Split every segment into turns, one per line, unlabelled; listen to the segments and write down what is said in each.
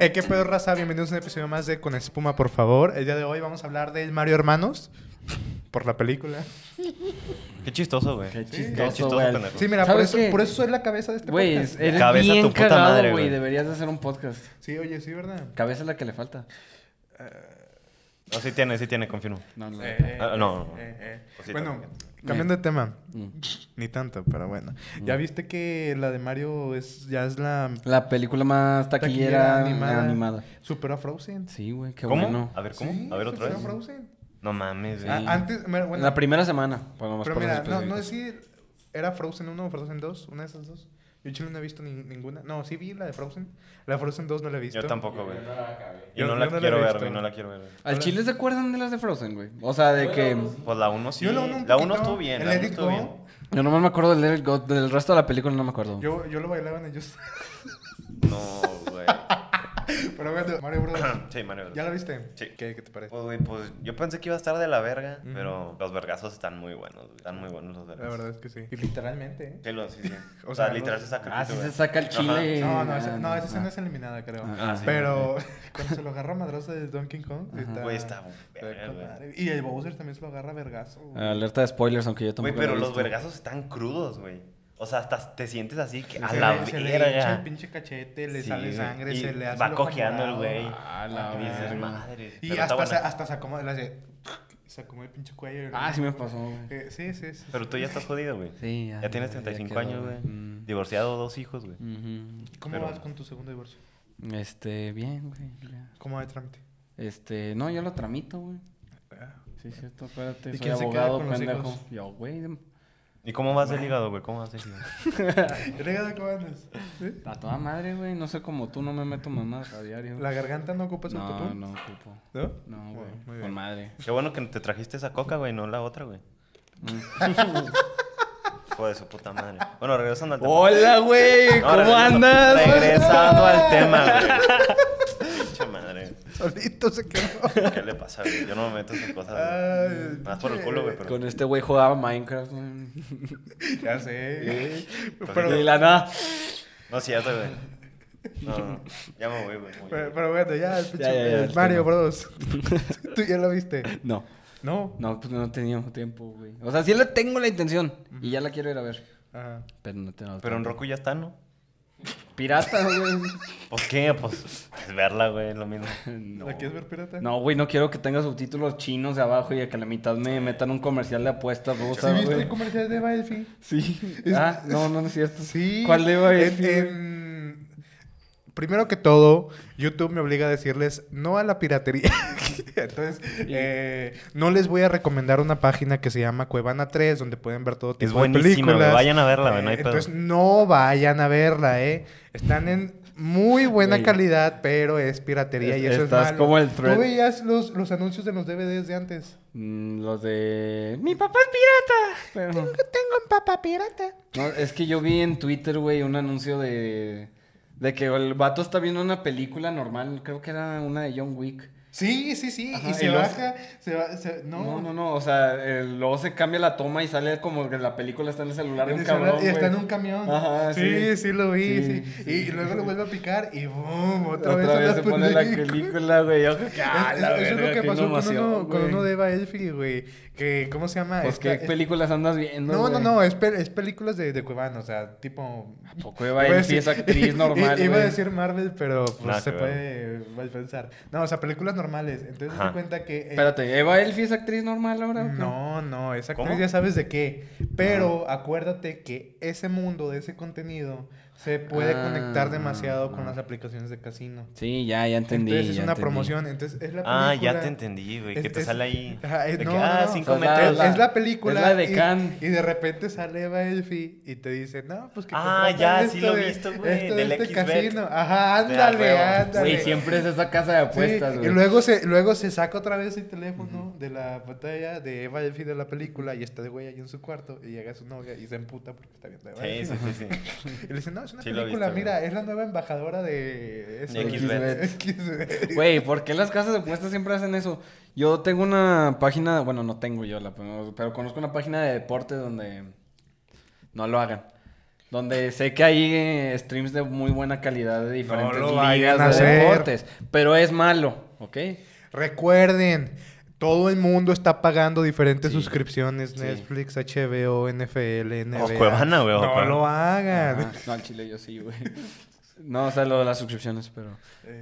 Eh, ¿Qué pedo, raza? Bienvenidos a un episodio más de Con Espuma, por favor. El día de hoy vamos a hablar del Mario Hermanos por la película.
Qué chistoso, güey.
Qué
Qué
chistoso,
chistoso,
güey.
pendejo.
Sí, mira, por
¿Sabes
eso,
qué?
por eso soy la cabeza de este
Güey, eh.
podcast.
eres
Cabeza
bien
tu puta
cagado,
madre,
güey.
güey.
Deberías de hacer un podcast.
Sí, oye, sí, ¿verdad?
Cabeza es la que le falta.
No, sí tiene, sí tiene, confirmo.
No, no.
Ah, no, no. Cosita.
Eh, Bueno, cambiando de tema.
Mm.
Ni tanto, pero bueno. ¿Ya viste que la de Mario es, ya es la
La película más taquillera, animada.
Superó a Frozen.
Sí, güey, qué
¿Cómo?
bueno.
A ver, ¿cómo?
Sí,
a ver, otra
superó
vez.
a Frozen.
No mames, güey.
Ah, antes, mira, bueno,
la primera semana. pues, nomás
pero
por
mira,
los
no, no sé
específicos.
si era Frozen 1 o Frozen 2, una de esas dos. Yo chile no he visto ni- ninguna. No, sí vi la de Frozen. La de Frozen 2 no la he visto.
Yo tampoco, güey. Y
Yo-
no
yo
la
no la he
quiero ver,
visto.
güey. No la quiero ver. güey.
¿Al chile se acuerdan de las de Frozen, güey? O sea, de que...
Pues la 1 sí.
Yo la uno un
La 1
poquito,
estuvo bien.
el
La 1
Let It
estuvo
Go.
bien.
Yo nomás me acuerdo del Let It Go, del resto de la película no me acuerdo.
Yo, yo lo bailaba en ellos.
No, güey.
pero bueno, Mario Bros.
Sí, Mario. Bros.
¿Ya la viste?
Sí.
¿Qué, qué te parece?
Pues, güey, pues yo pensé que iba a estar de la verga,
Ujú.
pero los vergazos están muy buenos, güey. Están muy buenos los
La
vergazos.
verdad es que sí. Y literalmente, ¿eh?
Sí, lo- sí, sí.
O
O sea,
sea,
literal
los-
se saca el
Ah,
pito,
sí se
güey.
saca el chile.
No, no, esa, no,
Ah,
esa escena
ah.
es eliminada, creo.
Ah, sí.
Pero cuando se lo agarra a madrazo de Donkey Kong, sí
Ajá.
está.
Güey, está
está
verga,
con
güey.
madre. Y el Bowser también se lo agarra a vergazo. güey.
Alerta de spoilers, aunque yo
Güey,
tampoco
pero
la he
los
visto.
vergazos están crudos, güey. O sea, hasta te sientes así que a
Se
la
le- se le hincha el
verga.
pinche cachete, le
Sí,
sale
güey.
sangre,
Y
se le hace.
Va
el ojo
cojeando el
morado.
güey.
Ah, la
Y dices,
verga.
madre.
Y
pero está
hasta, se,
buena.
hasta se acomoda, le hace. Se acomoda el pinche cuello.
Ah, sí me pasó, güey.
Eh, sí, sí, sí.
Pero tú ya estás jodido, güey.
Sí,
Ya tienes 35 años, güey.
Mm.
Divorciado, dos hijos, güey.
¿Cómo
pero-
vas con tu segundo divorcio?
Este, bien, güey. ya.
¿Cómo va el trámite? Ah.
Este, no, yo lo tramito, güey. Sí, es cierto, espérate.
¿Y
soy
quién se queda
abogado,
con los
pendejo.
hijos?
Yo, güey.
¿Y cómo vas el hígado, güey? ¿Cómo vas el hígado?
Rega, ¿cómo andas? ¿Sí?
A toda madre, güey. No sé como tú, no me meto mamadas a diario.
¿La garganta no ocupas un
No,
topón?
no ocupo.
¿No?
No, güey.
Oh, muy
Con
bien.
madre.
Qué bueno que te trajiste esa coca, güey, no la otra, güey. Joder, su puta madre. Bueno, regresando al tema.
Hola, güey.
No, regresando- Regresando al tema, güey. Pinche madre.
Solito se quedó.
¿Qué le pasa, güey? Yo no me meto en esas cosas.
Ay,
güey. Más por el culo, güey, pero...
Con este güey jugaba Minecraft, güey.
Ya sé.
Pero-
Y
Pero,
la nada.
No es cierto, güey. No, no, no. Ya me voy, güey.
pero, pero bueno, ya, el pinche
Ya, ya, ya,
el
el
Mario
tema.
Bros. ¿Tú ya lo viste?
No.
No.
No, pues no teníamos tiempo, güey. O sea, sí le tengo la intención. Y ya la quiero ir a ver.
Ajá.
Pero no tengo.
Pero en Roku ya está, ¿no?
Pirata, güey.
¿Por qué? Pues pues, verla, güey, es lo mismo.
No.
¿La quieres ver, pirata?
No, güey, no quiero que tenga subtítulos chinos de abajo y a que a la mitad me metan un comercial de apuestas
¿Sí
rusas,
viste
güey.
el comercial de Battlefield?
Sí.
Es-
Ah, no, no, no es cierto.
Sí.
¿Cuál le iba a decir?
En- en- Primero que todo, YouTube me obliga a decirles no a la piratería. Entonces, eh, no les voy a recomendar una página que se llama Cuevana 3, donde pueden ver todo tipo
Es buenísima,
de
güey.
películas.
Vayan a verla, güey, no hay
Eh,
pedo.
Entonces, no vayan a verla, ¿eh? Están en muy buena
Güey.
calidad, pero es piratería y
Es-
eso
estás
es malo.
como el thread.
¿Tú veías los, los anuncios de los DVDs de antes?
Mm, Los de. Mi papá es pirata. Pero-
Tengo un papá pirata.
No, es que yo vi en Twitter, güey, un anuncio de. De que el vato está viendo una película normal. Creo que era una de John Wick.
Sí, sí, sí.
Ajá,
y
y
se
los-
baja, se va, se-
No, no, no. O sea, eh, luego se cambia la toma y sale como que la película está en el celular de
En
un
el celular,
cabrón.
y está en
güey.
un camión.
Ajá,
sí, sí,
sí.
lo vi. Sí,
Sí,
y
sí.
luego lo vuelve a picar y boom, otra,
Otra,
vez, en
vez,
la
se pone la
película.
película, güey. "Ah, Yo,
Es- Eso, es lo que pasó con uno, con uno
de.
de Eva Elfie, güey. Que, ¿Cómo se llama?
Pues,
Esta-
¿qué películas andas viendo?
Ah, No, no,
güey?
no, es, pel- es películas de, de Cuevana, o sea, tipo...
¿A poco Eva
Iba a
Elfie es
decir-
actriz normal,
Iba a
güey?
decir Marvel, pero pues,
Nada
se
que
puede mal pensar. No, o sea, películas normales. Entonces se
Ajá.
cuenta que... eh,
Espérate, ¿Eva Elfie es actriz normal ahora? o qué?
No, no, esa actriz
¿Cómo?
ya sabes de qué. Pero acuérdate que ese mundo de ese contenido se puede
Ah,
conectar demasiado con
ah.
las aplicaciones de casino.
Sí, ya, ya entendí.
entonces es
ya
una
entendí.
promoción, entonces es la película.
Ah, ya te entendí, güey. Que
Es-
te
es-
sale ahí.
Ajá, es-
De que,
no, no,
ah,
no.
cinco
O sea,
metros.
Es, es la película.
Es la de
y-
Cannes.
Y, de repente sale Eva Elfi y te dice, no, pues que.
Ah,
contratan
ya, sí
esto
lo
de-
he visto, güey,
esto de
del
este
XBet.
casino. Ajá,
De a
ándale,
huevo.
ándale.
Güey, siempre es esa casa de
Sí,
apuestas,
y
güey.
luego se, luego se saca otra vez el teléfono de la pantalla de Eva Elfi de la película y está de güey ahí en su cuarto y llega su novia y se emputa porque está viendo a Eva
Sí,
Elfi.
sí, sí, sí.
Y le dice, no, es una
Sí lo he
película,
visto,
mira, es la nueva embajadora de... eso,
De
XBet.
XBet.
Güey, ¿por qué las casas de apuestas siempre hacen eso? Yo tengo una página, bueno, no tengo yo la, pero pero conozco una página de deporte donde no lo hagan. Donde sé que hay eh, streams de muy buena calidad de diferentes
lo vayan a
ligas de
hacer.
deportes. Pero es malo, ¿ok?
Recuerden, todo el mundo está pagando diferentes
Sí.
suscripciones:
Sí.
Netflix, HBO, NFL, NBA.
Cuevana, güey, o
No
Cuevana.
lo hagan.
Ajá. No, al chile yo sí, güey. No, o sea, lo de las suscripciones, pero...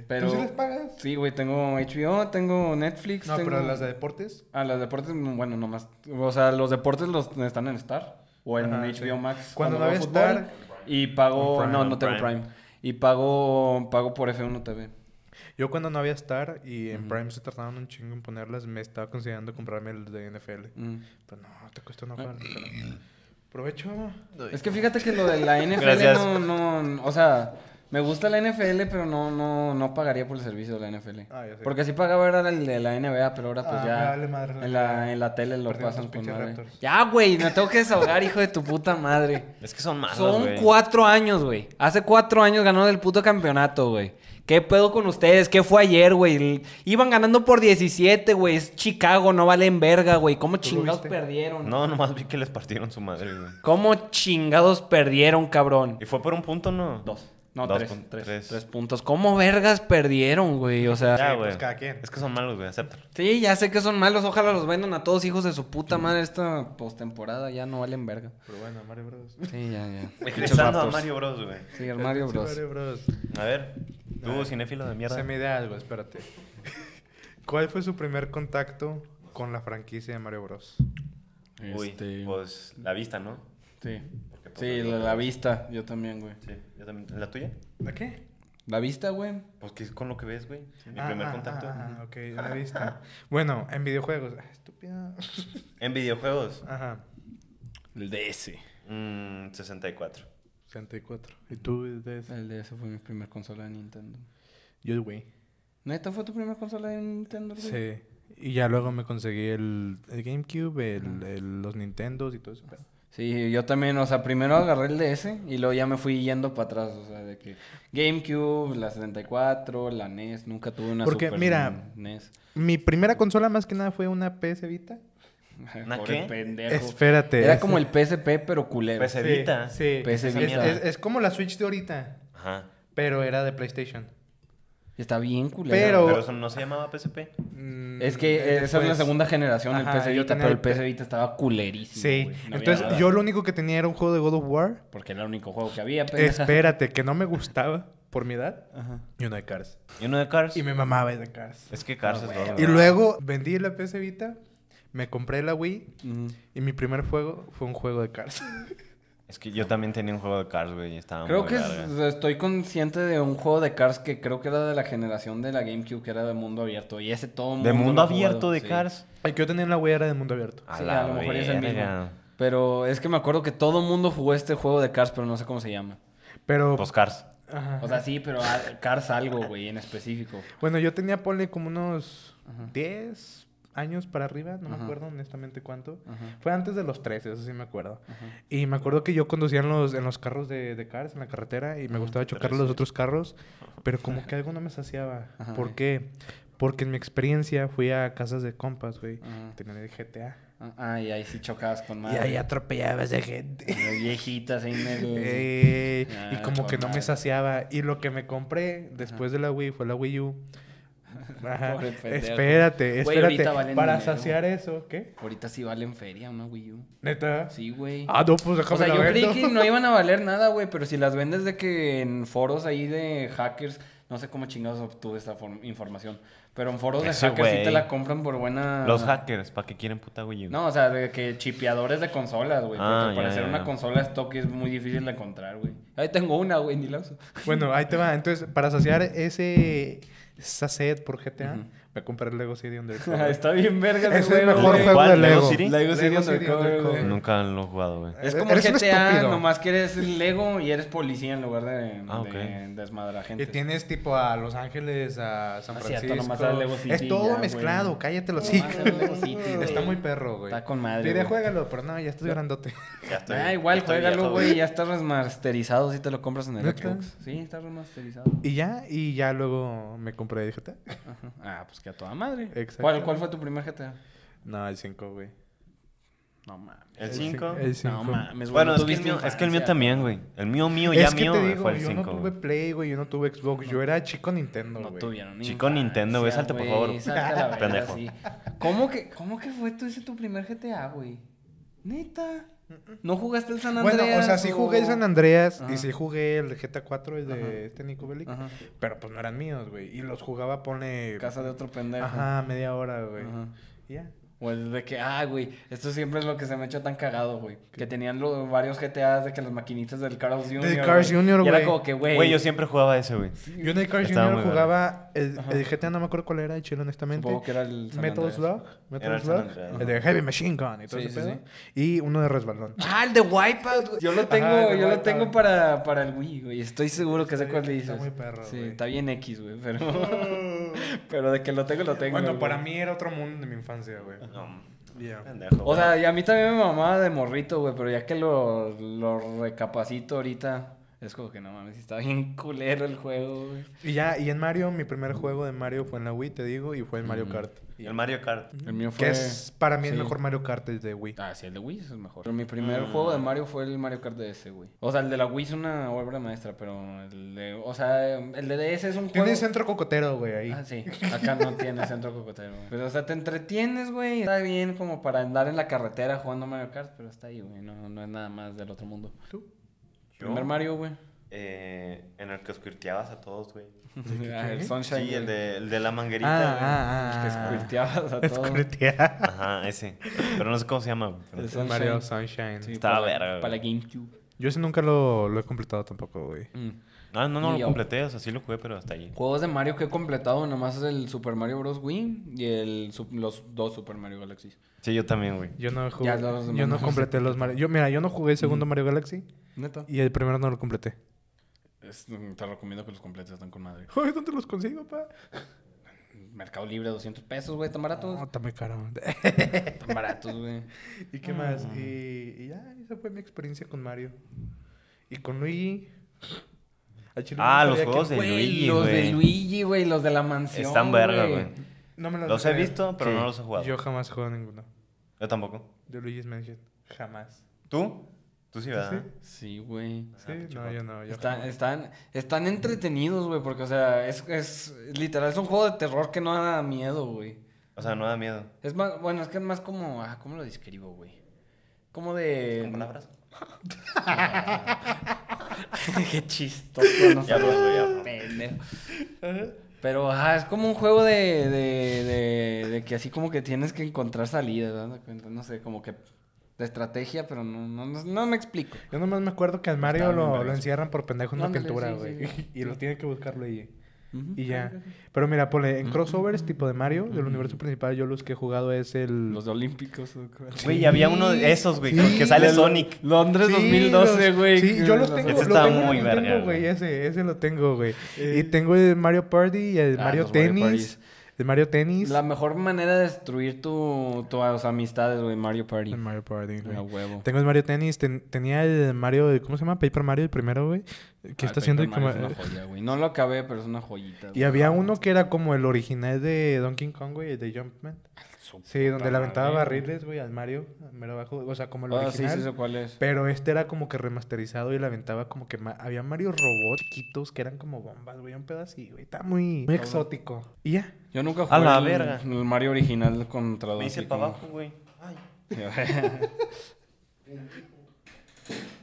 pero...
Eh, ¿Tú sí les pagas?
Sí, güey, tengo HBO, tengo Netflix,
No, pero
tengo-
las de deportes.
Ah, las deportes, bueno, nomás... O sea, los deportes los están en Star o en
Ajá,
HBO
sí.
Max.
Cuando no
veo
había
fútbol,
Star-
Y pago...
Prime,
no, no tengo
Prime.
Prime. Y pago, pago por F1 TV.
Yo cuando no había Star y en Prime se tardaron un chingo en ponerlas, me estaba considerando comprarme el de NFL.
Mm.
Pero no, te cuesta
Ah,
una barbaridad. Provecho.
Es que fíjate que lo de la NFL
Gracias.
no, no, no, o sea, me gusta la NFL, pero no, no, no pagaría por el servicio de la NFL.
Ah, ya sé.
Porque sí pagaba era el de la NBA, pero ahora pues
Ah,
ya
me vale madre la
en, la,
NBA.
en la tele lo
Perdieron
pasan
tus
con
pinches
madre.
Raptors.
Ya, güey, me tengo que desahogar, hijo de tu puta madre.
Es que son malos,
Son
güey.
cuatro años, güey. Hace cuatro años ganó el puto campeonato, güey. ¿Qué pedo con ustedes? ¿Qué fue ayer, güey? El- Iban ganando por 17, güey. Es Chicago, no valen verga, güey. ¿Cómo
¿Tú lo
chingados
viste?
perdieron?
No, nomás vi que les partieron su madre, güey.
¿Cómo chingados perdieron, cabrón?
Y fue por un punto, ¿no?
Dos. No,
Dos
tres,
pun-
tres,
tres.
tres puntos. ¿Cómo vergas perdieron, güey? O sea...
Ya,
Sí,
güey.
pues, cada quien.
Es que son malos, güey, acéptalo.
Sí, ya sé que son malos. Ojalá los vendan a todos hijos de su puta madre esta postemporada. Ya no valen verga.
Pero bueno, Mario Bros.
Sí, ya, ya.
Regresando a
Raptors.
Mario Bros, güey.
Sí, el Mario
Sí,
Bros.
Mario Bros.
A ver, tú, cinéfilo de mierda.
Se me da algo, espérate. ¿Cuál fue su primer contacto con la franquicia de Mario Bros?
Uy,
Este,
pues la vista, ¿no?
Sí.
Porque, pues,
Sí, la, la vista. Yo también, güey.
Sí, yo también. ¿La tuya?
¿La qué?
La vista, güey.
Pues que es con lo que ves, güey. Mi
Ah,
primer
ah,
contacto.
ah, ah, ok, la vista. bueno, en videojuegos. Ah, Estúpida.
En videojuegos,
Ajá.
El DS.
mm, 64.
64. ¿Y tú? Des?
El DS fue mi primer consola de Nintendo.
Yo, güey.
¿Neta fue tu primer consola de Nintendo, güey?
Sí. Y ya luego me conseguí el, el GameCube, el, el- los Nintendos y todo eso.
Sí, yo también, o sea, primero agarré el DS y luego ya me fui yendo para atrás, o sea, de que GameCube, la 74, la NES, nunca tuve una
Porque,
Super E
mira,
NES.
Mi primera consola más que nada fue una PS Vita.
¿Una
Pobre
qué?
pendejo.
Espérate.
Era
es-
como el PSP pero culero.
PS Vita.
Sí.
PS
Es-
Vita.
Es, es como la Switch de ahorita,
Ajá.
pero era de PlayStation.
Está bien culero.
Pero-
Pero, eso no se llamaba PSP.
Mm,
es que
eh,
esa es la
después.
segunda generación del
Ajá,
PS
yo
Vita,
tenía
pero
el
el PS Vita estaba culerísimo.
Sí.
güey, no había
Entonces,
nada.
yo lo único que tenía era un juego de God of War.
Porque era el único juego que había, pendeja.
Espérate, que no me gustaba por mi edad. Y uno de Cars.
¿Y uno de Cars?
Y me mamaba el de Cars.
Es que Cars es gordo.
Y luego vendí la PS Vita, me compré la Wii
Ujú.
y mi primer juego fue un juego de Cars.
Es que yo también tenía un juego de Cars, güey, y estaba
Creo
muy
que es-
verga.
estoy consciente de un juego de Cars que creo que era de la generación de la GameCube, que era de mundo abierto. Y ese todo
¿De
mundo
mundo
lo ha jugado,
abierto de
sí.
Cars?
El que yo tenía en la Wii era de mundo abierto.
A
Sí,
la
a lo mejor es el mismo.
verga.
Pero es que me acuerdo que todo mundo jugó este juego de Cars, pero no sé cómo se llama.
Pero,
Pues Cars.
ajá.
O sea, sí, pero a- Cars algo, güey, en específico.
bueno, yo tenía, ponle como unos
Ajá.
10 años para arriba, no me
Ajá.
acuerdo honestamente cuánto.
Ajá.
Fue antes de los 13, eso sí me acuerdo.
Ajá.
Y me acuerdo que yo conducía en los, en los carros de, de Cars, en la carretera, y me gustaba chocar a los otros carros, pero como que algo no me saciaba.
Ajá.
¿Por qué? Porque en mi experiencia fui a casas de compas, güey.
Ajá.
Tenían el GTA.
Ah, Ah, y ahí sí chocabas con
Y
madre.
ahí atropellabas de gente.
Las viejitas ahí en el...
Eh.
Ey,
Ah,
Eh, y como
con
que no me
madre.
saciaba. Y lo que me compré después de la Wii fue la Wii U. Ajá.
Pobre pendejo.
Espérate,
Güey, ahorita
espérate.
valen
Para
dinero.
saciar eso, ¿qué?
Ahorita sí valen feria una Wii U.
¿Neta?
Sí, güey.
Ah, no, pues déjame
O sea,
la
yo
ver,
creí
¿no?
que no iban a valer nada, güey, pero si las vendes de que en foros ahí de hackers, no sé cómo chingados obtuve esta form- información, pero en foros de
Ese
hackers sí te
güey.
la compran por buena...
Los hackers, ¿para qué quieren puta Wii U?
Ah. No, o sea, de que chipeadores de consolas, güey,
Ah,
porque para
ya,
hacer
ya,
una
ya.
consola stock es muy difícil de encontrar, güey. Ahí tengo una, güey, ni la uso.
Bueno, ahí te va. Entonces, para saciar ese sacet por GTA,
Ujú.
voy a comprar el Lego City
Ah,
Undercover.
Está bien verga
es
ese
el
juego,
mejor
güey.
juego de
¿Cuál? ¿Lego
Lego.
City?
Lego City Undercover, güey. Eh,
Nunca lo he jugado, güey.
Es como
Eres un
GTA,
estúpido.
nomás que eres Lego y eres policía en lugar de,
Ah,
de
ok.
desmadrar gente.
Y tienes tipo a Los Ángeles, a San
No es
Francisco.
cierto, nomás al Lego City
es todo
ya,
mezclado,
güey.
cállate los
No,
hijos.
al Lego City, güey.
Está muy perro, güey.
Está con madre,
Diré,
güey.
juégalo, pero no, ya estás grandote.
Ya estoy-
ah,
ya
igual,
estoy
juégalo,
viejo,
güey. Ya está remasterizado si te lo compras en el
¿Neta?
Xbox. Sí, está remasterizado.
Y ya, y ya luego me compré el GTA.
Ajá. Ah, pues que a toda madre.
Exacto.
¿Cuál, ¿Cuál fue tu primer GTA?
No, el 5, güey.
No mames.
¿El 5?
El cinco.
No mames, güey.
Bueno,
no
es que, el
tuviste
mío, es que el mío
infancia.
también, güey. El mío, mío, ya
Es que
mío
te digo,
fue el
yo no
5.
tuve Play, güey, yo no tuve Xbox, yo era chico Nintendo,
No
güey.
tuvieron
Chico Nintendo, güey, salte, por favor. Pendejo.
Pendejo. ¿Cómo que, ¿Cómo que fue tu, ese tu primer GTA, güey? Neta. ¿No jugaste el San Andreas?
Bueno, o sea, sí jugué el San Andreas y
Ajá.
sí jugué el GTA 4, el de
Ajá.
este Nico Bellic,
Ajá.
pero pues no eran míos, güey. Y los jugaba, pone...
Casa de otro pendejo.
Ajá, media hora, güey.
Ajá.
Y Ya.
O el de que, ah, güey, esto siempre es lo que se me ha hecho tan cagado, güey. Que tenían los, varios GTAs de que los maquinitas del Carl Jr.
Del Carl's
güey.
Jr.,
Y era
güey.
como que, güey.
Güey, yo siempre jugaba ese, güey.
Yo en el Cars
Estaba
Junior
muy
jugaba el,
Ajá.
el GTA, no me acuerdo cuál era, de chile, honestamente.
Supongo que era el San
Metal
Andreas.
Slug.
Era
Metal
el San
Slug.
Andreas.
El de Heavy Machine Gun y todo
Sí,
ese
sí,
pedo. Y uno de resbalón.
Ah, el de Wipeout, güey. Yo lo tengo,
Ajá, el de
yo lo
Wipeout.
tengo para, para el Wii, güey. Estoy seguro que sé
Está
cuál le
bien-
dices.
está muy perro,
Sí,
güey.
está bien X, güey, pero... pero de que lo tengo, lo tengo.
Bueno,
güey.
para mí era otro mundo de mi infancia, güey.
No,
Ya.
pendejo.
O
güey.
sea, y a mí también me mamaba de morrito, güey, pero ya que lo, lo recapacito ahorita, es como que no mames, está bien culero el juego, güey.
Y ya, y en Mario, mi primer juego de Mario fue en la Wii, te digo, y fue en Mario
Mm.
Kart.
el Mario Kart.
El mío fue...
Que es para mí el
sí.
mejor Mario Kart es de Wii.
Ah, sí, el de Wii es el mejor. Pero mi primer
Mm.
juego de Mario fue el Mario Kart DS, güey. O sea, el de la Wii es una obra maestra, pero el de... O sea, el de DS es un juego...
Tiene centro cocotero, güey, ahí.
Ah, sí. Acá no tiene centro cocotero, güey. Pero, o sea, te entretienes, güey. Está bien como para andar en la carretera jugando Mario Kart, pero está ahí, güey. No, no es nada más del otro mundo.
¿Tú?
Yo,
Primer Mario, güey.
eh, en el que squirteabas a todos, güey.
Ah, el Sunshine.
Sí, el
güey.
de, el de la manguerita, güey.
Ah, ah,
El
ah.
que squirteabas a
Es
todo.
curtear.
Ajá, ese. Pero no sé cómo se llama, güey. Pero-
Es-
El Mario Sunshine.
Sí,
Estaba
para,
verga, güey.
Para la GameCube.
Yo ese nunca lo, lo he completado tampoco, güey.
Mm.
No, no, no
Y
lo
yo.
completé, o sea, sí lo jugué, pero hasta allí.
Juegos de Mario que he completado nomás es el Super Mario Bros. Wii y el, sup- los dos Super Mario Galaxy.
Sí, yo también, güey.
Yo no jugué.
Ya los
yo no
demás.
completé los Mario. Yo, mira, yo no jugué el segundo Mario Galaxy
Neta.
y el primero no lo completé.
te recomiendo que los completes, están con madre.
Ay, ¿dónde los consigo, pa?
Mercado Libre, 200 pesos, güey, están baratos.
No, está muy caro.
Están baratos, güey.
¿Y qué más?
Mm.
Y, y ya, esa fue mi experiencia con Mario. Y con Luigi. Al chile
Ah,
no
los
sabía
juegos
quién-
de Luigi,
los de
güey.
Luigi, güey, los de la mansión.
Están verga, güey.
No me los,
Los he visto, pero
Sí.
no los he jugado. Yo,
Yo jamás jugué a ninguno.
tampoco.
De Luigi's Mansion. Jamás.
¿Tú? Tú sí, ¿verdad?
sí?
Sí, güey.
Sí,
pinche
no,
vato.
yo no. Yo
Están,
jamás.
están, están entretenidos, güey, porque, o sea, es, es literal, es un juego de terror que no da miedo, güey.
O sea, no da miedo.
Es más, bueno, es que es más como, ah, ¿cómo lo describo, güey? Como de...
¿Con palabras?
Qué chistoso, no
Ya, pues, güey, ya.
Pendejo. Pero, ajá, es como un juego de, de, de, de que así como que tienes que encontrar salidas, ¿verdad? No sé, como que de estrategia, pero no, no, no- no me explico.
Yo nomás me acuerdo que al Mario
Estaban bien
lo, lo
vergas.
encierran por pendejo en una
Ándale,
pintura,
sí,
güey.
sí, sí.
Y lo tiene que buscar Luigi.
Ujú.
Y ya. Pero mira, ponle,
Mm.
en crossovers tipo de Mario,
Mm.
del universo principal, yo los que he jugado es el...
Los de Olímpicos. ¿o cuál?
Güey, había uno de esos, güey, con que sale
Lo-
Sonic.
Londres
Sí,
2012,
los-
güey.
Sí, yo los tengo.
Ese
Ese
está
tengo
muy
muy
verga,
verga.
güey.
güey, ese, ese lo tengo, güey. Y tengo el Mario Party y el
Eh, Ah,
Mario
los Mario
Tennis.
Parties.
el Mario Tennis.
La mejor manera de destruir tu, tus amistades, güey, Mario Party.
El Mario Party, güey.
A huevo.
Tengo el Mario Tennis. ten- tenía el Mario, ¿cómo se llama? Paper Mario, el primero, güey. Que
Ah,
está
el
haciendo...
Paper Mario
como-
es una joya, güey. No lo acabé, pero es una joyita.
Y
güey.
había uno que era como el original de Donkey Kong, güey, el de Jumpman.
Su
Sí, donde
puta
le aventaba
madre.
barriles, güey, al Mario, al mero abajo. O sea, como el
Ah, sí,
original.
sí, sé cuál es.
Pero este era como que remasterizado y le aventaba como que... ma- Había Mario robots chiquitos que eran como bombas, güey, un pedo así, güey. Está muy, muy exótico. Y ya.
Yo nunca jugué
A la
el,
verga.
el Mario original contra
Oh,
dos.
Me hice
así
para
como-
abajo, güey. Ay.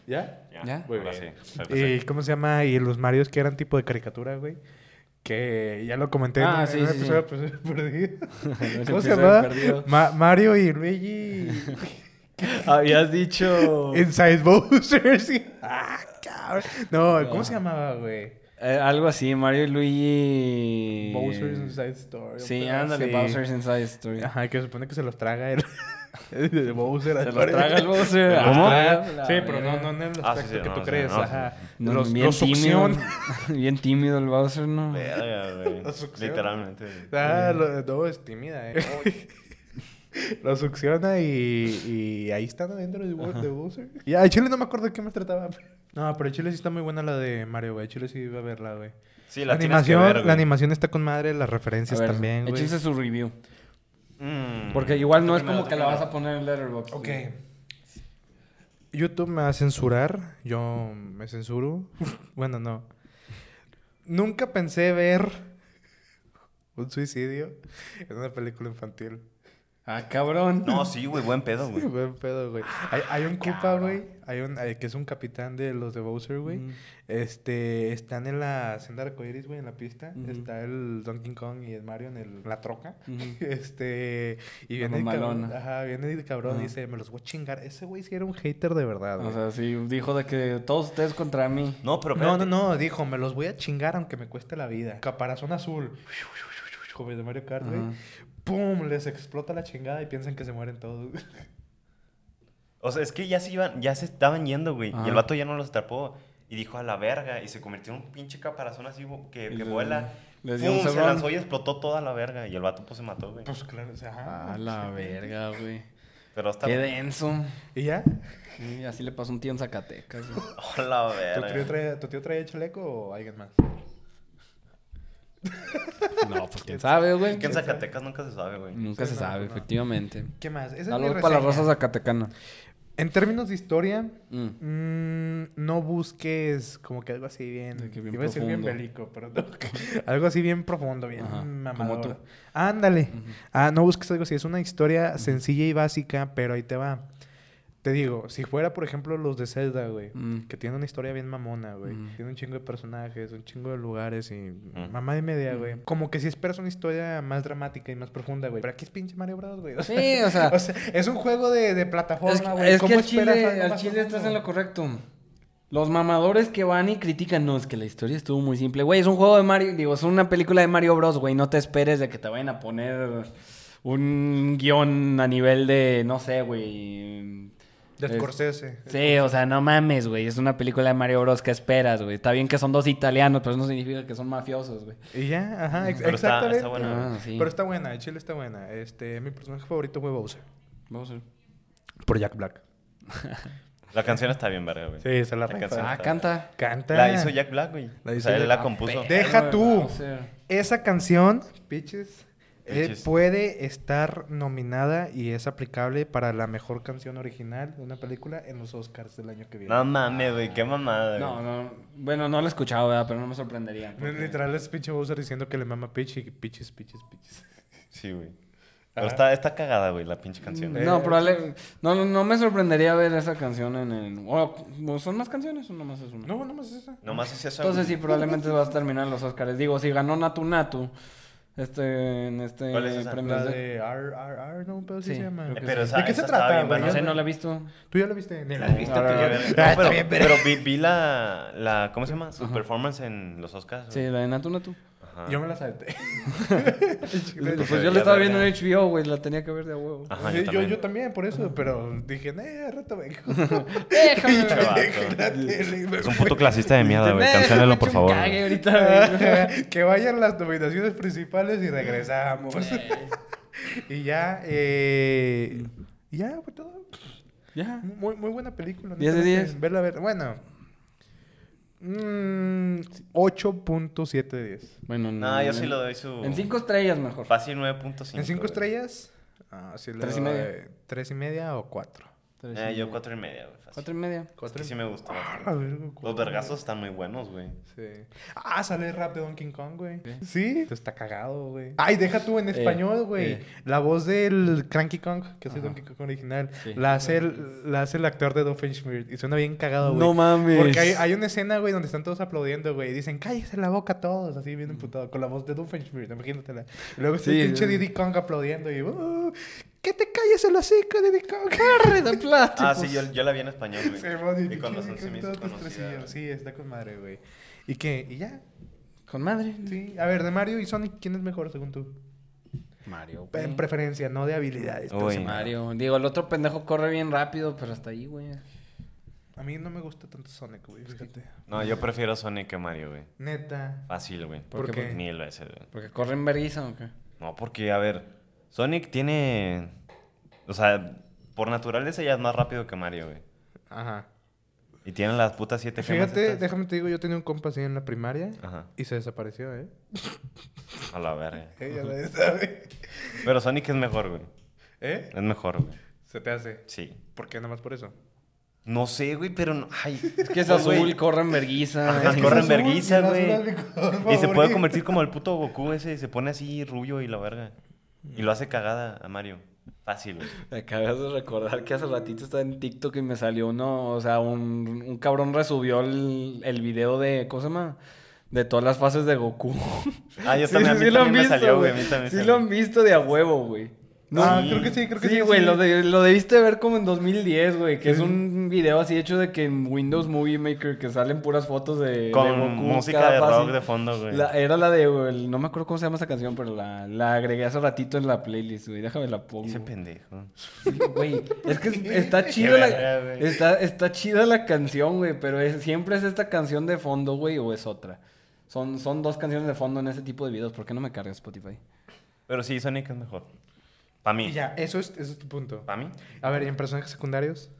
¿Ya?
¿Ya?
Muy
Ahora
bien.
Y Eh, ¿cómo se llama? Y los Marios que eran tipo de caricatura, güey. Que ya lo comenté
Ah,
en,
sí,
en un
sí, sí.
episodio pues, perdido.
En un
¿Cómo se
episodio
llamaba?
perdido.
Ma- Mario y Luigi
Habías dicho...
Inside Bowser. sí. Ah, cabrón. No, ¿cómo se llamaba, güey?
Eh, algo así, Mario y Luigi.
Bowser's Inside Story.
Eh, Sí,
pero
ándale,
sí.
Bowser's Inside Story.
Ajá, que se supone que se los traga el, el Bowser.
Se los traga el Bowser.
¿Cómo?
Se los traga.
Ah, Sí,
La
pero no,
verga.
no en el aspecto
Ah, sí, sí,
que
no,
tú
sí,
crees.
no, sí.
ajá.
No,
los,
bien
los
tímido.
succión.
bien tímido el Bowser, ¿no?
Verga, güey.
La succión.
Literalmente. güey.
Ah, lo- no, es tímida, eh. Lo succiona y, y ahí están adentro de, Bo- de Bowser. Ya, el Chile no me acuerdo de qué me trataba. No, pero el Chile sí está muy buena la de Mario, güey. El Chile sí iba a verla, güey.
Sí,
La,
la, tienes que
animación,
ver, güey.
la animación está con madre, las
A
referencias
ver,
también, güey. Mm.
Échense su review.
Mm.
Porque igual no
Tú
es como
primero,
que
tú
la vas
primero.
a poner en Letterboxd.
Ok.
güey.
YouTube me va a censurar. Yo me censuro. bueno, no. Nunca pensé ver un suicidio en una película infantil.
Ah, cabrón.
No, sí, güey, buen pedo,
Pues,
güey.
Buen pedo, güey.
¡Ah,
Hay, hay un culpa, güey. Hay un hay- que es un capitán de los de Bowser, güey.
Ujú.
Este, están en la senda arcoíris, güey, en la pista.
Ujú.
Está el Donkey Kong y el Mario en el- la troca.
Ujú.
Este, y
La
viene el cabrón.
mamalona.
Ajá, viene el cabrón y
Ajá.
dice, me los voy a chingar. Ese güey sí era un hater de verdad,
O
güey.
sea, sí, dijo de que todos ustedes contra mí.
No, pero
No,
espérate.
no, no, dijo, me los voy a chingar aunque me cueste la vida. Caparazón azul. Como el de Mario Kart, güey.
Ajá.
¡Pum! Les explota la chingada y piensan que se mueren todos. güey.
O sea, es que ya se iban, ya se estaban yendo, güey. Y
Ajá.
el vato ya no los atrapó. Y dijo a la verga. Y se convirtió en un pinche caparazón así bo- que,
Y
que
le-
vuela.
les dio
Pum,
un
se
cerrón.
lanzó y explotó toda la verga. Y el vato pues se mató, güey.
Pues claro, o sea, ajá.
Ah, la verga, güey.
Pero hasta.
Qué denso.
¿Y ya?
Sí, así le pasó a un tío en Zacatecas. güey.
Oh, la
¿Tu tío,
verga.
trae, ¿Tu tío traía chaleco o alguien más?
No, pues quién sabe, güey.
Es que en Zacatecas nunca se sabe, güey.
Nunca
Sí,
se
no,
sabe,
no.
efectivamente.
¿Qué más? Esa es mi
Saludos para la
reseña.
raza zacatecana.
En términos de historia,
Mm.
mm, no busques como que algo así bien.
De que bien
iba a decir bien
profundo.
bélico, pero no. algo así bien profundo, bien
Ajá,
mamador.
como tú.
Ándale. Ah, no busques algo así. Es una historia sencilla y básica, pero ahí te va. Te digo, si fuera, por ejemplo, los de Zelda, güey,
Mm.
que tiene una historia bien mamona, güey.
Mm.
Tiene un chingo de personajes, un chingo de lugares y mamá de media, güey. Como que si esperas una historia más dramática y más profunda, güey. Pero aquí es pinche Mario Bros, güey. O sea,
Sí, o sea,
o sea, es un juego de, de
es,
plataforma,
que-
güey.
es que
¿Cómo
al
esperas algo
chile, al
más
chile
profundo?
estás en lo correcto. Los mamadores que van y critican, no, es que la historia estuvo muy simple. Güey, es un juego de Mario, digo, es una película de Mario Bros, güey. No te esperes de que te vayan a poner un guión a nivel de, no sé, güey.
De
Es-
Scorsese.
Sí, o sea, no mames, güey. Es una película de Mario Bros. que esperas, güey? Está bien que son dos italianos, pero eso no significa que son mafiosos, güey.
Y ya, ajá, ex-
Pero está-
exactamente.
está buena,
güey. Ah, sí.
Pero está buena, el chile está buena. Este, mi personaje favorito fue Bowser.
Vamos a ver.
Por Jack Black.
La canción está bien verga, güey.
Sí, se la
La
rifa.
canción.
Ah, canta.
Canta.
La hizo Jack Black, güey.
La
o
hizo
sea, él
Jack-
la compuso.
Ah,
pe- Deja tú.
Bowser.
Esa canción, Pitches,
Pitches.
puede estar nominada y es aplicable para la mejor canción original de una película en los Oscars del año que viene.
No mames, güey. Qué mamada,
No,
güey.
no. Bueno, no la he escuchado, ¿verdad? Pero no me sorprendería. porque-
Literal es pinche Bowser diciendo que le mama Pitch y Pitches, Pitches, Pitches.
Sí, güey. Pero está, está cagada, güey, la pinche canción. Eh,
No, probable... no, no, no me sorprendería ver esa canción en el... o- o ¿Son más canciones o nomás es una?
No, nomás es esa.
Nomás es eso.
Entonces sí,
güey.
probablemente vas a terminar los Oscars. Digo, si ganó Natu Natu este, en este
¿Cuál es esa?
premio...
La
de-
de R, R, R, no, pero sí,
Sí,
se llama.
creo
Eh,
que
Pero
sí.
esa,
¿De qué se
esa estaba
trata,
bien
güey?
verga,
No sé,
güey.
no la he visto.
¿Tú ya la viste? Ni
¿La
la
has
vi.
visto?
No,
Tú
no,
ya
no.
ves-
Ah,
no, pero,
está bien,
pero vi, vi la, la- ¿Cómo se llama? Su
Ajá.
performance en los Oscars.
Sí,
güey.
la de Natu Natu.
Ajá.
Yo me la salté.
Pues
Pero
yo
ya
la estaba
la-
viendo en HBO, güey. La tenía que ver de a huevo.
Ajá,
Sí,
yo,
yo,
también.
yo también, por eso, pero dije, eh, al rato vengo.
Déjame
Pinche
ver.
vato. Es un
Déjame.
puto clasista de mierda, Ah, güey.
Déjame
Cancélalo, por
que un
favor.
cague
güey.
ahorita, güey.
que vayan las nominaciones principales y regresamos. y ya, eh, y ya, fue todo.
Ya.
Muy, muy buena película.
Diez de
honestamente.
diez.
Verla, ver. Bueno. mm, 8.7 de 10.
Bueno,
No, yo sí
en-
lo doy su.
En cinco estrellas mejor.
Fácil 9.5.
¿En 5
güey.
estrellas? Ah, sí le
Tres y
doy
media.
¿Tres y media o cuatro?
Tres
Eh,
y
yo
media.
4 y media, güey. fácil.
Cuatro y media.
Es que sí me gusta.
Ah,
bastante.
la verga,
Los
cuatro.
vergazos están muy buenos, güey.
Sí. Ah, sale el rap de Donkey Kong, güey.
¿Qué?
Sí. Esto está cagado, güey. Ay, deja tú en
Eh,
español, güey.
eh.
La voz del Cranky Kong, que es el
Ajá.
Donkey Kong original,
Sí.
la, hace el, la hace el actor de Doofenshmirtz. Y suena bien cagado, güey.
mames.
Porque hay, hay una escena, güey, donde están todos aplaudiendo, güey. Y dicen, cállese la boca todos, así bien emputado. Con la voz de Doofenshmirtz, imagínatela. Y luego está
Sí,
el pinche
sí.
Diddy Kong aplaudiendo. Y, "Uh, que te calles el hocico, Diddy Kong.
de plástico.
Ah, sí, yo, yo la vi en español, güey.
Se va Diddy
y con
Kong
razón se me
todo
hizo conocida,
tristecillo.
güey.
Sí, está con madre, güey. ¿Y qué? ¿Y ya?
Con madre.
Sí. A ver, de Mario y Sonic, ¿quién es mejor según tú?
Mario. güey.
En preferencia, no de habilidades. pero
Uy.
sí.
Mario. Digo, el otro pendejo corre bien rápido, pero hasta ahí, güey.
A mí no me gusta tanto Sonic, güey. Fíjate.
No, yo prefiero Sonic que Mario, güey.
Neta.
Fácil, güey.
¿Por
¿Por
qué?
qué?
Mil veces, güey.
Porque corre en vergüenza, ¿o qué?
No, porque, a ver, Sonic tiene. O sea, por naturaleza ya es más rápido que Mario, güey.
Ajá.
Y tiene las putas 7 gemas.
Fíjate,
estas.
déjame te digo, yo tenía un compa así en la primaria
Ah.
Ajá,
y se desapareció, ¿eh?
a la verga.
Ella nadie sabe.
Pero Sonic es mejor, güey.
¿Eh?
Es mejor, güey.
Se te hace.
Sí.
¿Por qué? Nada más por eso.
No sé, güey, pero. no- Ay,
Es que es
Pues, güey,
azul, corren verguiza.
Ajá,
es que
corren
es-
azul,
verguiza,
y el
güey.
azul es mi color
Y se puede
favorito.
convertir como el puto Goku ese. y Se pone así rubio y la verga. Y lo hace cagada a Mario. Fácil, güey.
Me acabas de recordar que hace ratito estaba en TikTok y me salió uno, o sea, un, un cabrón resubió el, el video de, ¿cómo se llama? De todas las fases de Goku.
Ah, yo
Sí,
también. a
sí
mí
lo han
también me
visto,
salió, güey. A
güey.
mí también
Sí
salió.
lo han visto de a huevo, güey.
Ah,
Sí.
creo que sí, creo que sí.
Sí, güey, lo,
sí.
de- lo debiste ver como en 2010, güey, que es
Sí.
un video así hecho de que en Windows Movie Maker que salen puras fotos de,
Con
de Goku,
música
cada
de
fase.
rock de fondo, güey.
La- era la de, el- no me acuerdo cómo se llama esa canción, pero la, la agregué hace ratito en la playlist, güey, déjame la pongo.
Ese pendejo.
Sí, Güey, es que es- está chida
verga,
la,
güey.
está, está chida la canción, güey, pero es- siempre es esta canción de fondo, güey, o es otra. Son, son dos canciones de fondo en ese tipo de videos. ¿Por qué no me cargas Spotify?
Pero sí, Sonic es mejor. Para
Y
mí.
ya, eso es, eso es tu punto.
¿Para mí?
A ver, ¿y en personajes secundarios?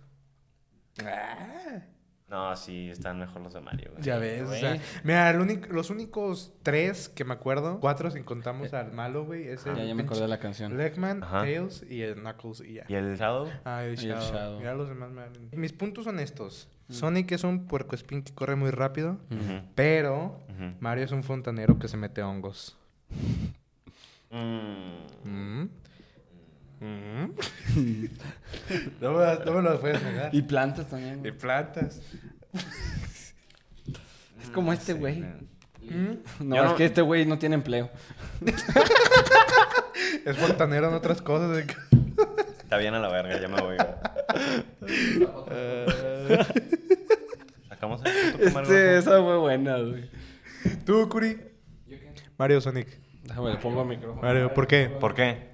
No, sí, están mejor los de Mario, güey.
Ya ves, o
Güey.
sea, mira, el único- los únicos tres que me acuerdo, cuatro si contamos al malo, güey, es el
Ah, ya, ya me
pinche
acordé de la canción.
Legman,
Ajá.
Tails y el Knuckles y ya.
¿Y el Shadow?
Ah, el
Y el
Shadow.
Shadow.
Mira, los demás me valen. Mis puntos son estos. Sonic es un puercoespín que corre muy rápido,
Ujú,
pero
ujú.
Mario es un fontanero que se mete hongos.
Mm.
Mm. Mm. no, me, las- no me lo puedes negar.
Y plantas también.
Y
güey.
plantas.
Es como este
Sí,
güey.
güey.
Mm.
No,
Yo
es
no-
que este güey no tiene empleo.
Es fontanero en otras cosas. de que-
Está bien a la verga, ya me voy. güey. Sacamos el puto camargo.
Este, esa fue buena, güey.
Tú, Curi. Mario Sonic.
Déjame, le pongo el micrófono.
Mario, ¿por qué?
¿Por qué?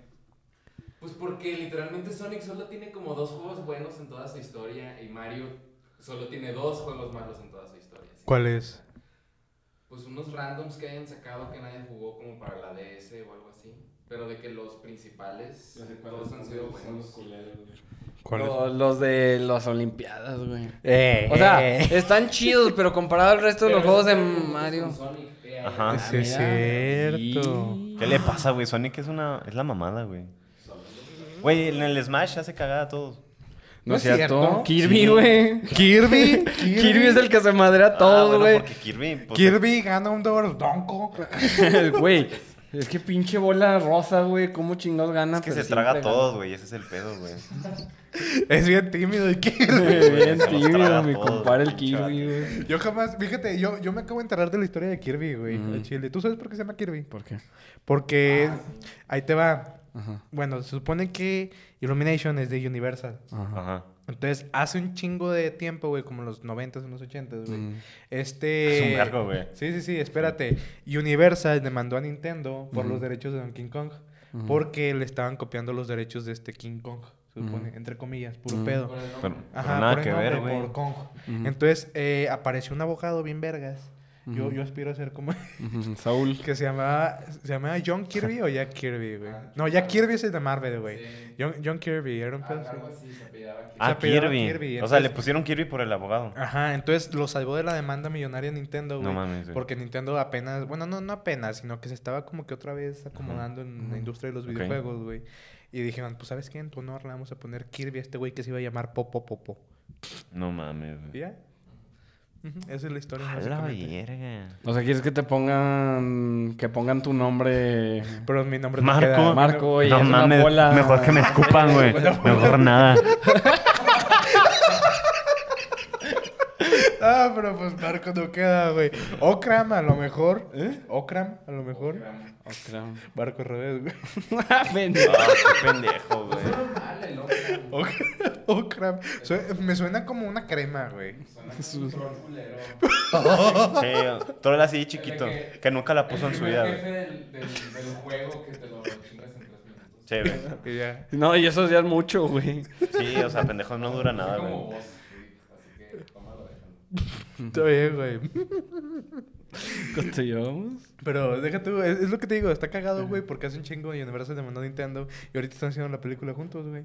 Pues porque literalmente Sonic solo tiene como dos juegos buenos en toda su historia y Mario solo tiene dos juegos malos en toda su historia. ¿sí?
¿Cuál es?
Pues unos randoms que hayan sacado que nadie jugó como para la DS o algo así. Pero de que los principales todos han sido buenos.
Los, los de las Olimpiadas, güey.
Eh,
O sea,
eh.
están chidos, pero comparado al resto de los
Pero
juegos de
esos son
Mario.
con Sonic, que hay-
Ajá.
Ah, Sí, es
mira.
cierto.
¿Qué le pasa, güey? Sonic es una... Es la mamada, güey. Güey, en el Smash hace cagada a todos.
¿No es cierto?
Sí.
Kirby, güey.
Kirby.
Kirby. es el que se madrea a
Ah,
todos,
bueno,
güey.
porque Kirby... pues,
Kirby gana un Dor Donko.
Güey, es que pinche bola rosa, güey. ¿Cómo chingados gana?
Es que
Pero
se traga a
siempre
todos, güey. Ese es el pedo, güey.
Es bien tímido y Kirby.
gana.
güey,
Bien
se los traga
tímido,
a
mi
todos,
compadre el
pinche vato.
Kirby, güey.
Yo jamás, fíjate, yo, yo me acabo de enterar de la historia de Kirby, güey.
Ujú. Ah.
al Chile. ¿Tú sabes por qué se llama Kirby?
¿Por qué?
Porque ahí te va.
Ajá.
Bueno, se supone que Illumination es de Universal.
Ajá.
Ajá.
Entonces, hace un chingo de tiempo, güey, como en los 90s, en los 80s, güey.
Mm.
Este.
Es un vergo, güey.
Sí, sí, sí, espérate. Universal demandó a Nintendo por los derechos de Donkey Kong.
Ujú.
Porque le estaban copiando los derechos de este King Kong, se supone,
Ujú.
entre comillas, puro
Ujú.
pedo.
Por el
Pero,
nombre.
pero nada
por el
que
nombre,
ver, güey.
Por Kong.
Ujú.
Entonces, eh, apareció un abogado bien vergas. Yo,
Ujú.
yo aspiro a ser como
Ujú, Saúl.
que se llamaba, se llamaba John Kirby o Jack Kirby, güey. No, Jack Kirby es el de Marvel, güey.
Ah, Sí. Ah,
John, John Kirby, era un pedo así.
Algo así se apellidaba aquí.
Ah,
apellidaba
Kirby.
Kirby,
O sea,
entonces-
le pusieron Kirby por el abogado.
Ajá, entonces lo salvó de la demanda millonaria Nintendo, güey.
No mames, güey.
Porque Nintendo apenas, bueno, no, no apenas, sino que se estaba como que otra vez acomodando en la industria de los
Ok.
videojuegos, güey. Y dijeron, pues, ¿sabes qué? En tu honor le vamos a poner Kirby a este güey que se iba a llamar Popo Popo.
No mames, güey.
¿Y ya? Ujú, Esa es la historia.
A la
básicamente.
verga.
O sea, ¿quieres que te pongan... que pongan tu nombre...
Pero mi nombre
Marco.
no queda.
Marco y
no
es
mames,
una bola...
mejor que me escupan, güey. Mejor nada.
Ah, pero pues Marco no queda, güey. Okram, a lo mejor.
¿Eh?
Okram, a lo mejor.
Oh, claro.
Marco al revés, güey.
Pendejo.
Ah, qué pendejo,
Pues
güey.
Mal, el hombre.
Okram. Okram. Sue- me suena como una crema, güey.
Suena como un troll culero.
Pues Sí, troll así chiquito.
que-
Que nunca la puso en
El
su
primer
vida,
jefe
güey.
del, del, del juego que te lo chingas en tres minutos.
Sí, güey.
Y ya.
No, y eso ya es mucho, güey.
Sí, o sea, pendejo no dura nada,
como
güey.
vos, sí, así que tómalo, déjalo.
Está bien, güey.
¿Cuánto llevamos?
Pero deja tú, es, es lo que te digo, está cagado, güey, porque hace un chingo de Universal demandó a Nintendo y ahorita están haciendo la película juntos, güey.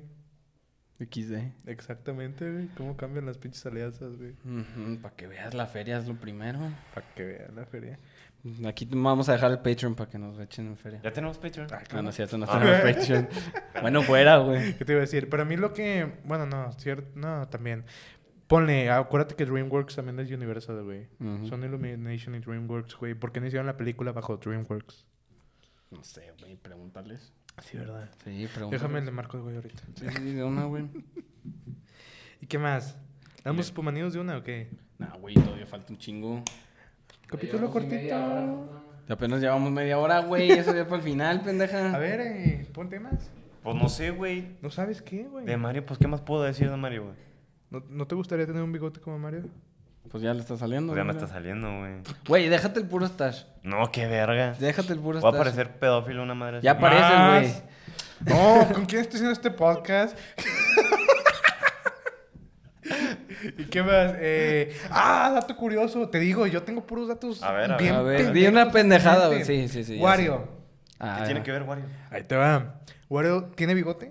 XD.
Exactamente, güey. ¿Cómo cambian las pinches alianzas, güey?
Para que veas la feria es lo primero.
Para que vean la feria.
Aquí vamos a dejar el Patreon para que nos echen en feria.
Ya tenemos Patreon.
Ah, no es cierto, no
Ah.
tenemos Patreon. bueno, fuera, güey.
¿Qué te iba a decir? Para mí lo que. Bueno, no, cierto. No, también. Ponle, acuérdate que DreamWorks también es Universal, güey.
Ujú.
Son Illumination y DreamWorks, güey. ¿Por qué no hicieron la película bajo DreamWorks?
No sé, güey, pregúntales.
Sí, ¿verdad?
Sí, pregúntales.
Déjame le marco, güey, ahorita.
Sí, sí, sí, de una, güey.
¿Y qué más? ¿Damos Spumanidos de una o qué?
Nah, güey, todavía falta un chingo.
Capítulo
Llevamos ni
cortito.
media hora, ¿no?
Apenas llevamos media hora, güey. Eso ya para el final, pendeja.
A ver, eh, pon temas.
Pues no sé, güey.
¿No sabes qué, güey?
De Mario, pues, ¿qué más puedo decir de Mario, güey?
¿No, no te gustaría tener un bigote como Mario?
Pues ya le está saliendo.
Pues ya me
mira.
está saliendo, güey.
Güey, déjate el puro stash.
No, qué verga.
Déjate el puro
Voy
stash.
a parecer pedófilo una madre.
Ya
así.
pare-
pareces, güey.
No, ¿con quién estoy haciendo este podcast? ¿Y qué más? Eh, ah, dato curioso. Te digo, yo tengo puros datos.
A ver, a ver.
bien
A ver,
pendejos.
di una pendejada, güey. Sí, sí, sí, ya
Wario.
Ah,
¿Qué tiene que ver, Wario?
Ahí te va. ¿Wario tiene bigote?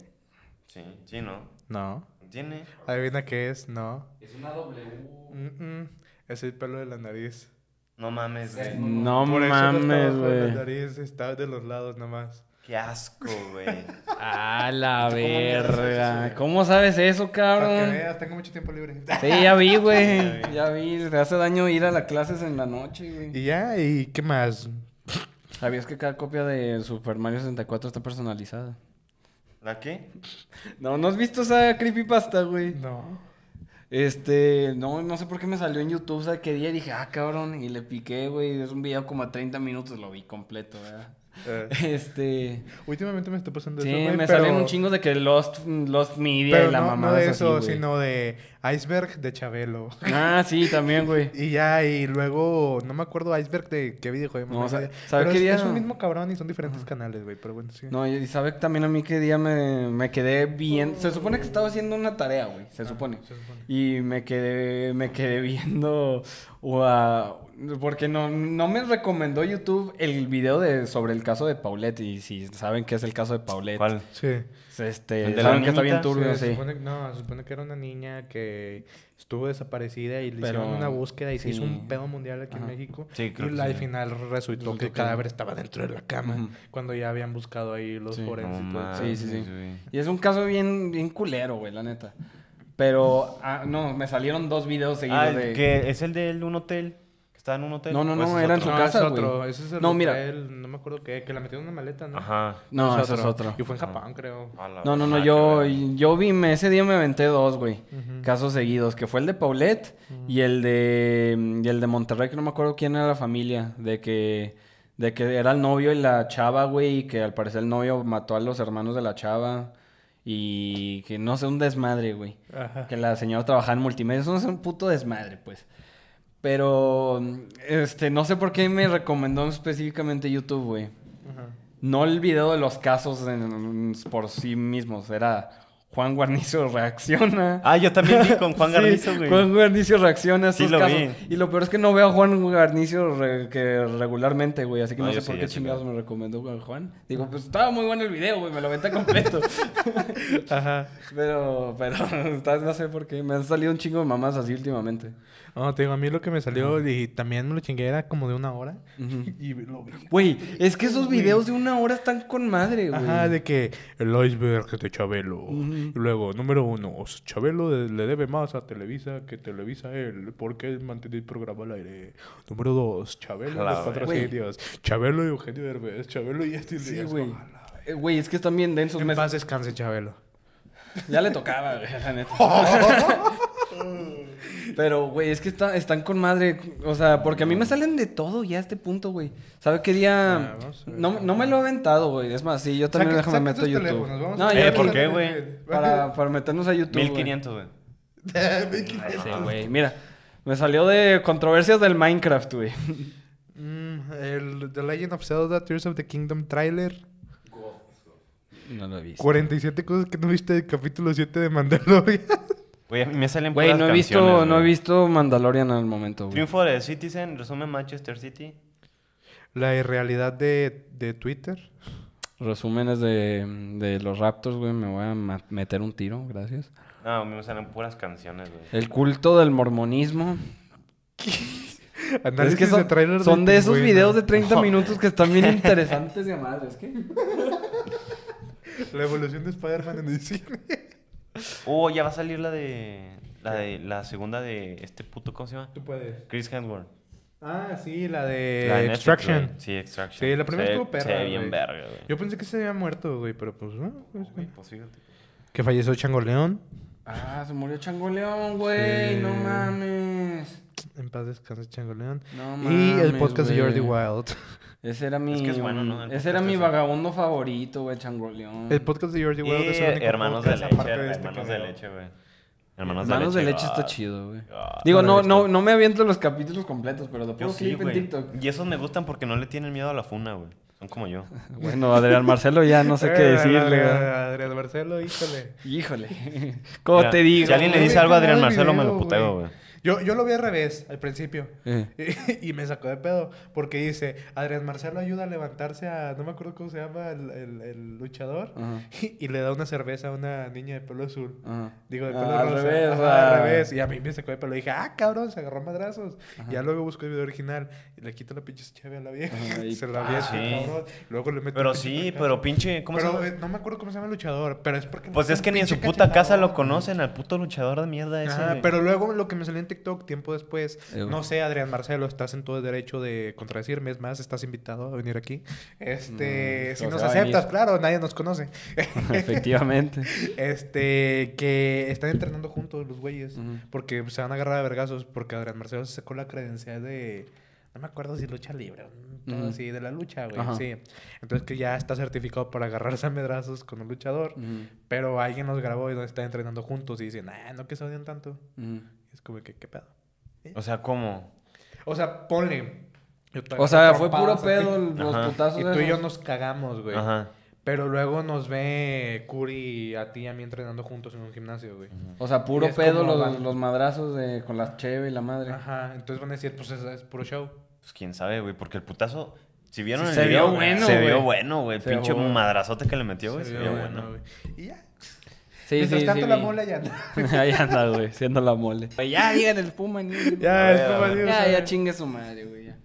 Sí, sí, ¿no?
No.
Tiene.
¿Adivina qué es? No.
Es una W.
Mm-mm. Es el pelo de la nariz.
No mames, güey.
No
Por eso no está
mames,
abajo de La
güey.
nariz está de los lados nomás.
Qué asco, güey.
A la
sabes
verga.
eso?
¿Cómo sabes
Para
eso,
que
cabrón?
veas, tengo mucho tiempo libre.
Sí, ya vi, güey.
Ya vi.
Ya vi. Te hace daño ir a las clases en la noche, güey.
y ya, ¿y qué más?
¿Sabías que cada copia de Super Mario 64 está personalizada?
¿La qué?
No, ¿no has visto esa creepypasta, güey?
No.
Este, no, no sé por qué me salió en YouTube, ¿sabes qué día? Y Dije, ah, cabrón, y le piqué, güey, es un video como a 30 minutos, lo vi completo, ¿verdad?
Eh,
Este,
últimamente me está pasando
sí,
eso. güey,
me
pero-
salen un chingo de que Lost, Lost Media
Pero
y la
no,
mamada
no de
es
eso,
así, güey.
sino de Iceberg de Chabelo.
Ah, sí, también, güey.
Y ya, y luego, no me acuerdo Iceberg de qué videojuego.
No,
me
o sea,
acuerdo.
¿sabe
Pero
qué
es,
día?
es un mismo cabrón y son diferentes canales, güey. Pero bueno, sí.
No, y sabe también a mí qué día me, me quedé bien, se supone que estaba haciendo una tarea, güey, se supone.
Se supone.
Y me quedé, me quedé viendo, o a- porque no, no me recomendó YouTube el video de, sobre el caso de Paulette. Y si saben qué es el caso de Paulette,
¿Cuál?
Sí.
Este,
¿El de la
saben que está bien
niñita?
turbio,
se
sí.
Supone, no, se supone que era una niña que estuvo desaparecida y le
Pero-
hicieron una búsqueda y se
sí.
hizo un pedo mundial aquí
Ajá.
en México.
Sí, creo
y
que
la- al
sí.
final resultó
Resultó
que el
que-
cadáver estaba dentro de la cama
Ujú.
cuando ya habían buscado ahí los
Sí.
forenses. y todo eso.
Sí, sí, sí.
güey.
Y es un caso bien, bien culero, güey, la neta. Pero, ah, no, me salieron dos videos seguidos
Ah,
de...
que es el del un hotel. Que estaba en un hotel.
No, no,
¿O
no,
ese es
era en
otro?
su
No,
casa,
es
güey.
otro. Ese es el
No, mira.
hotel, no me acuerdo qué, que la metieron en una maleta, ¿no?
Ajá.
No,
Ese
ese es otro.
Y fue en
Ajá.
Japón, creo.
A la
No, no, no,
verga,
yo,
güey.
yo vi, me- ese día me aventé dos, güey.
Ujú.
Casos seguidos, que fue el de Paulette y el de y el de Monterrey, que no me acuerdo quién era la familia, de que de que era el novio y la chava, güey, y que al parecer el novio mató a los hermanos de la chava y que no sé, un desmadre, güey.
Ajá.
Que la señora trabajaba en multimedia, eso es un puto desmadre, pues. Pero este no sé por qué me recomendó específicamente YouTube, güey.
Ajá.
No el video de los casos en- por sí mismos, era Juan Guarnizo reacciona.
Ah, yo también vi con Juan
Sí,
Garnizo, güey.
Juan Guarnicio reacciona a
Sí,
esos
lo
casos.
vi.
Y lo peor es que no veo a Juan Guarnicio re- que regularmente, güey. Así que no,
No,
sé
yo
por
sí,
qué
yo sí
chingados me recomendó Juan Juan. Digo, pues estaba muy bueno el video, güey. Me lo aventé completo.
Ajá.
pero, pero, estás- no sé por qué. Me han salido un chingo de mamás así últimamente.
No, te digo, a mí lo que me salió y también me lo chingué era como de una hora. Y lo vi.
Güey, es que esos videos de una hora están con madre, güey.
Ajá, de que el iceberg de Chabelo.
Ujú.
Y luego, número uno, o sea, Chabelo de- le debe más a Televisa que Televisa a él, porque él mantiene el programa al aire. Número dos, Chabelo
A
de
la
patrocinios. Chabelo y Eugenio Derbez, Chabelo y este
Sí, güey. Eh, Güey, es que están bien densos.
En
me-
paz descanse, Chabelo.
Ya le tocaba, güey, la neta. Pero, güey, es que está- están con madre. O sea, porque a mí me salen de todo ya a este punto, güey. ¿Sabe qué día?
Ah, vamos a ver.
No, no me lo he aventado, güey. Es más, sí, yo también
Saquen-
déjame
saquen
meto
sus
YouTube.
teléfonos, vamos
No,
a
Eh,
ya
ver
¿por
los
qué,
de-
güey?
Para, para meternos a YouTube. güey.
1500, güey.
Sí, güey. Mira, me salió de controversias del Minecraft, güey.
Mm, el The Legend of Zelda, Tears of the Kingdom trailer.
God.
No lo he visto.
47 cosas que no viste del capítulo 7 de Mandalorian.
Güey, a mí me salen
Güey,
puras
no he visto,
canciones,
no he
güey.
visto Mandalorian al momento, güey.
Triunfo de Citizen, resume Manchester City.
La irrealidad de, de Twitter.
Resúmenes de, de los Raptors, güey. Me voy a ma- meter un tiro, gracias.
No, a mí me salen puras canciones, güey.
El culto del mormonismo.
Análisis
es que son,
de trailer
son de esos
Pingüino.
videos de 30 minutos que están bien interesantes de madre. Es que.
La evolución de Spider-Man en el cine.
Oh, ya va a salir la de La, de, la segunda de este puto, ¿cómo se llama?
Tú puedes.
Chris Hemsworth.
Ah, sí, la de
La de Netflix,
Extraction.
güey. Sí, Extraction.
Sí, la primera
Se-
estuvo perra,
Se ve
güey.
bien verga, güey.
Yo pensé que se había muerto, güey, pero pues, bueno, pues,
Güey, pues fíjate.
Que falleció Chango León.
Ah, se murió Changoleón, güey.
Sí.
No mames.
En paz descanse Chango León.
No
y
mames.
el podcast de Jordi
güey.
Wild.
Ese era mi.
Es que es bueno, ¿no? El
Ese era
podcast
mi
ese.
vagabundo favorito, güey, Changoleón.
El podcast de Jordi
Y
Wild es el único
Eh, hermanos de
podcast
leche,
aparte de este
hermanos
que
de
veo.
leche, güey.
Manos de leche está
ah,
chido, güey.
ah.
Digo,
no lo he
no,
visto.
no, no me aviento los capítulos completos, pero lo
Yo
puedo
sí,
clip en
güey.
TikTok.
Y esos me gustan porque no le tienen miedo a la funa, güey. Son como yo.
Bueno, Adrián Marcelo ya no sé qué
Eh,
decirle. güey.
Adrián Adrián Marcelo, híjole.
Híjole. ¿Cómo
Mira,
te digo?
Si alguien le
güey,
dice algo a
qué
Adrián
mal
Marcelo, me lo
video,
puteo,
güey.
güey.
Yo, yo lo vi al revés al principio.
Eh.
Y, me sacó de pedo. Porque dice: Adrián Marcelo ayuda a levantarse a. No me acuerdo cómo se llama el, el- el luchador.
Ajá.
Y, y le da una cerveza a una niña de pelo azul.
Ajá.
Digo, de
Ah,
pelo
al
rosa.
revés,
Ajá,
ah.
al revés. Y a mí me sacó de pelo. Dije, ah, cabrón, se agarró a madrazos.
Ajá.
Y ya luego busco el video original. Y le quito la pinche chave a la vieja.
Ajá, y
se la
pa.
vi
Ah, Sí.
cabrón. Luego le meto.
Pero
un pinche
sí,
trancazo.
pero pinche. ¿Cómo
pero
se llama?
eh, no me acuerdo cómo se llama el luchador. Pero es porque.
Pues
le
es que ni en
pinche
su puta casa
cachetadón.
lo conocen, al puto luchador de mierda ese.
Ajá,
güey.
pero luego lo que me salió en TikTok tiempo después,
Eh, güey.
no sé, Adrián Marcelo, estás en todo el derecho de contradecirme, es más, estás invitado a venir aquí. Este,
Mm,
si
o
nos
sea, va a venir.
aceptas, claro, nadie nos conoce.
Efectivamente.
Este, que están entrenando juntos los güeyes.
Ujú.
Porque se van a agarrar a vergazos. Porque Adrián Marcelo se sacó la credencial de. No me acuerdo si lucha libre. un pedo
Ujú.
así, de la lucha, güey.
Ajá.
Sí. Entonces que ya está certificado para agarrarse a medrazos con un luchador.
Ujú,
Pero alguien los grabó y los están entrenando juntos. Y dicen, ah, no que se odian tanto.
ujú.
Y es como que, ¿qué pedo?
O sea, ¿cómo?
O sea, ponle. yo te
O sea,
agarro
fue
trompadas
puro
a ti,
pedo los
Ajá.
putazos.
Y tú y yo
esos.
nos cagamos, güey.
Ajá.
Pero luego nos ve Curi a ti y a mí entrenando juntos en un gimnasio, güey.
O sea,
Y
puro
es
pedo
como
los,
van.
los madrazos de, con la cheve y la madre.
Ajá, entonces van a decir, pues es, es puro show.
Pues quién sabe, güey, porque el putazo. Si vieron
Sí,
el
se
video,
vio bueno,
se
güey.
vio bueno, güey.
Se
Pinche
vio bueno.
madrazote que le metió, güey. Se,
Sería
vio
bueno,
bueno.
güey. Y ya.
Sí,
Mientras
sí,
tanto,
sí,
la
vi.
mola ya anda.
Ahí anda, güey, siendo la mole. Pues ya, digan el Puma. ni-
Ya, es
Ya,
como
ya,
digo,
ya, ya
¿sabes?
chingue su madre, güey. ya.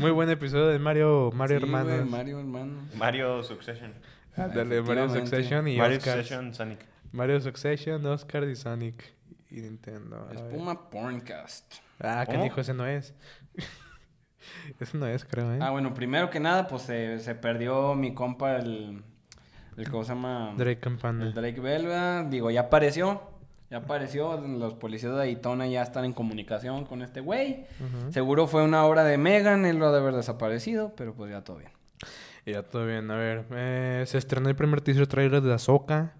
Muy buen episodio de Mario, Mario
Sí,
Hermanos.
güey, Mario hermano.
Mario Succession.
Ándale, Mario
Efectivamente.
Succession y
Mario
Oscar.
Succession Sonic.
Mario Succession, Oscar y Sonic. Y Nintendo. a
Es
ver.
Puma Porncast.
Ah,
¿Cómo?
dijo ese no es. ese no es, creo, ¿eh?
Ah, bueno, primero que nada, pues se, se perdió mi compa el. El cómo se llama.
Drake Campana.
El Drake Bell, ¿verdad? Digo, ya apareció. Ya apareció. Los policías de Daytona ya están en comunicación con este güey.
Ujú.
Seguro fue una obra de Megan. Él lo ha de haber desaparecido, pero pues ya todo bien.
Y Ya todo bien, a ver. eh, se estrenó el primer teaser trailer de Ahsoka.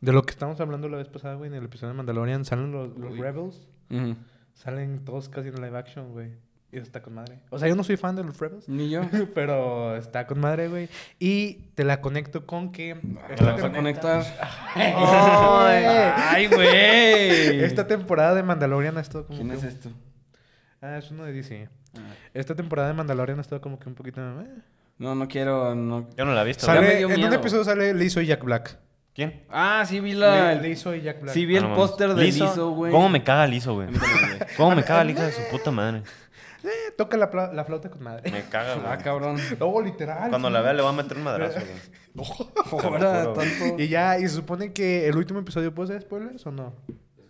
De lo que estábamos hablando la vez pasada, güey, en el episodio de Mandalorian. Salen los, los
Uy.
Rebels.
Ujú.
Salen todos casi en live action, güey. Y eso está con madre. O sea, yo no soy fan de los Rebels.
Ni yo.
Pero está con madre, güey. Y te la conecto con que...
Me la
Esta,
vas a
tem-
conectar.
¡Ay!
¡Ay, güey!
esta temporada de Mandalorian ha estado como
¿Quién
que-
es esto?
Ah, es uno de DC.
Ah.
Esta temporada de Mandalorian ha estado como que un poquito... eh.
No, no quiero. No...
Yo no la he visto.
Sale-
güey.
Sale,
dio
en un
miedo.
episodio sale Lizzo y Jack Black.
¿Quién?
Ah, sí vi la.
Li- Lizzo y Jack Black.
Sí vi el
Ah, no mames.
póster de Lizo, güey.
¿Cómo me caga Lizo, güey? ¿Cómo me caga Lizo de su puta madre?
Eh, toca la, pla- la flauta con madre.
Me caga,
Ah,
güey.
cabrón.
No, literal.
Cuando
sí.
la vea le va a meter un madrazo, güey.
Ahora
juro, güey.
tanto.
Y ya, y se supone que el último episodio, ¿puedo hacer spoilers o no?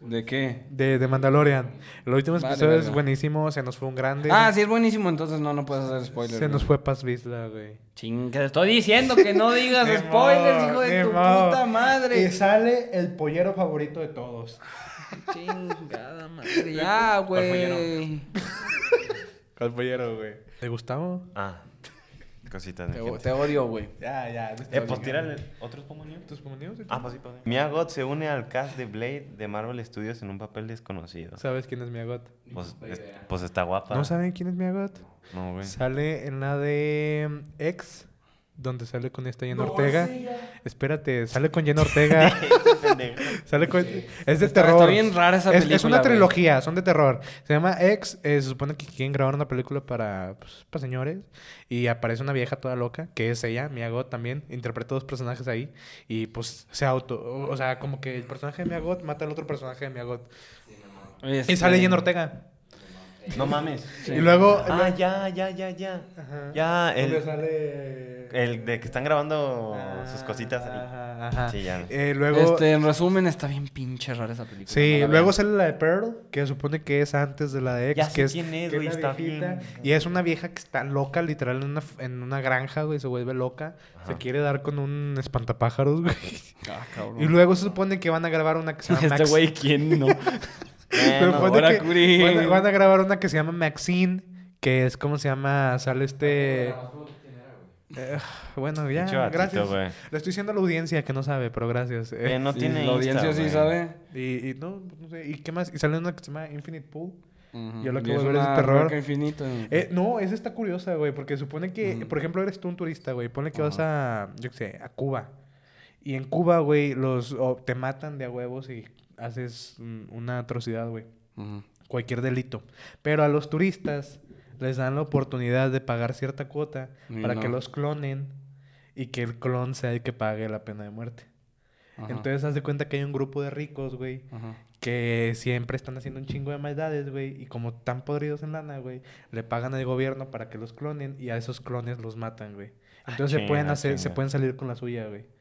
¿De qué?
De, de Mandalorian. El último
Vale,
episodio es
verga.
buenísimo, se nos fue un grande.
Ah, sí, es buenísimo, entonces no, no puedes hacer spoilers.
Se
güey.
nos fue Paz Vizla, güey.
Ching, que te estoy diciendo que no digas
Ni
spoilers,
modo,
hijo de
ni
tu
modo.
puta
Y
madre.
sale el pollero favorito de todos.
Chingada madre. Ya,
¿Cuál fue,
güey.
¿Cuál pollero, güey? ¿Te gustaba?
Ah. Cositas.
Te,
mi
o-
gente.
te odio, güey.
Ya, ya.
Eh, pues tírale otros pomonios.
¿Tus pomonios?
Ah, pues sí, pues sí. Mia Goth se une al cast de Blade de Marvel Studios en un papel desconocido.
¿Sabes quién es Miagot?
Pues,
puta
es-
idea.
pues está guapa.
¿No saben quién es Miagot?
No, güey.
Sale en la de mm, Ex, donde sale con esta Jenna
No,
Ortega.
es ella.
Espérate, sale con Jenna Ortega. Sale con-
Sí.
Es de
Ah, Está-
terror.
está bien rara esa
Es- Es,
película,
una
güey.
trilogía, son de terror. Se llama Ex. eh, se supone que quieren grabar una película para, pues, para señores. Y aparece una vieja toda loca, que es ella, Miagot también. Interpreta dos personajes ahí. Y pues se auto. o- O sea, como que el personaje de Miagot mata al otro personaje de Miagot.
Sí, no, no, no,
Este,
Y sale Jenna Ortega.
no.
No mames.
Y luego.
Ah, ya, ya, ya, ya.
Ajá.
Ya,
Donde
el,
sale.
el de que están grabando sus cositas ahí.
Ajá, ajá.
Sí, ya.
Eh, luego.
Este, en resumen, está bien pinche rara esa película.
Sí,
no la
luego
vean.
sale la de Pearl, que se supone que es antes de la de X,
Ya sé
que es,
quién es,
que
güey,
la
está
viejita,
bien.
Y es una vieja que está loca, literal, en una, f- en una granja, güey, se vuelve loca. Se
Ajá.
quiere dar con un espantapájaros, güey.
Ah, cabrón.
Y luego se supone que van a grabar una que se llama
Este
Max-
güey, ¿quién no?
se
Bueno,
supone
ahora
que
Curi.
van, a, van a grabar una que se llama Maxine, que es como se llama, sale este... eh, bueno, ya,
pinche batito,
gracias.
güey.
Le estoy diciendo a la audiencia que no sabe, pero gracias. eh.
Eh, no
Sí,
tiene
La audiencia
Insta,
sí
güey.
sabe.
Y, y no, pues, no sé, ¿y qué más? Y sale una que se llama Infinite Pool.
Ujú.
Yo lo
Y
acabo
es
de ver, es
una
de terror.
roca infinita.
Eh, no, esa está curiosa, güey, porque supone que,
Ujú.
por ejemplo, eres tú un turista, güey, ponle que vas a, yo qué sé, a Cuba. Y en Cuba, güey, los o te matan de a huevos y haces mm, una atrocidad, güey,
Ujú.
cualquier delito. Pero a los turistas les dan la oportunidad de pagar cierta cuota
Mm,
Y
para que
no.
los clonen y que el clon sea el que pague la pena de muerte.
Ajá.
Entonces, haz de cuenta que hay un grupo de ricos, güey,
Ajá.
que siempre están haciendo un chingo de maldades, güey, y como están podridos en lana, güey, le pagan al gobierno para que los clonen y a esos clones los matan, güey. Entonces se
Ah, chinga,
pueden hacer, se
chinga.
pueden salir con la suya, güey.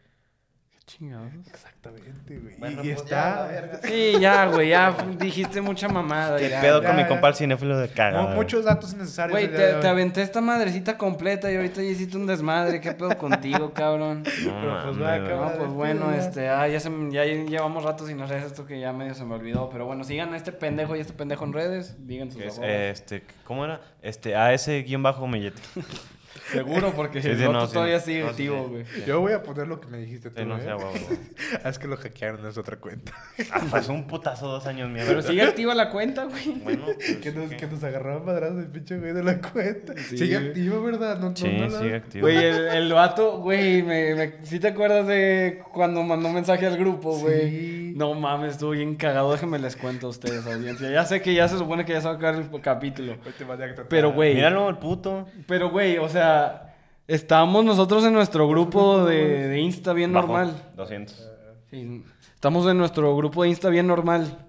Chingados.
Exactamente, güey.
Bueno,
y
pues ya,
está
la verga.
Sí, ya, güey, ya dijiste mucha mamada.
¿Qué
ya,
pedo
ya,
con mi
ya.
compa el cinéfilo de
No,
cagada? güey?
muchos datos innecesarios.
Güey,
el día de
te,
hoy.
te aventé esta madrecita completa y ahorita ya hiciste un desmadre. ¿Qué pedo contigo, cabrón?
No,
Pero, pues,
mames,
va,
güey.
cabrón.
No, pues bueno,
despídela.
este, ah, ya, se me- ya llevamos rato sin hacer esto que ya medio se me olvidó. Pero bueno, sigan a este pendejo y a este pendejo en redes. Digan sus
Que es,
arrobas.
Este, ¿cómo era? Este, a ese guión bajo mellete.
Seguro, porque
Sí,
el
sí,
otro
no, sí,
todavía
no,
sigue
sí,
activo,
sí.
güey.
Yo voy a poner lo que me dijiste tú,
Sí, no
¿eh?
sea guau, güey.
Ah, es que lo hackearon, es otra cuenta.
Ah, fue un putazo dos años, mierda.
Pero sigue activa la cuenta, güey.
Bueno, pues,
Que nos,
¿qué?
que nos agarraron madrazos el pinche güey de la cuenta.
Sí,
sigue
güey.
activa, ¿verdad? No, no,
Sí,
no la-
sigue activo.
Güey, el, el vato, güey, me, me, ¿sí te acuerdas de cuando mandó mensaje al grupo, güey?
Sí.
No mames, estuvo bien cagado, déjenme les cuento a ustedes, audiencia. Ya sé que ya se supone que ya se va a acabar el capítulo.
Hoy te mandé a tratar.
Ah,
Pero, güey,
Míralo, el puto.
pero, güey, o sea, estábamos nosotros en nuestro grupo de, de Insta bien
Bajo
normal.
200.
Sí, estamos en nuestro grupo de Insta bien normal.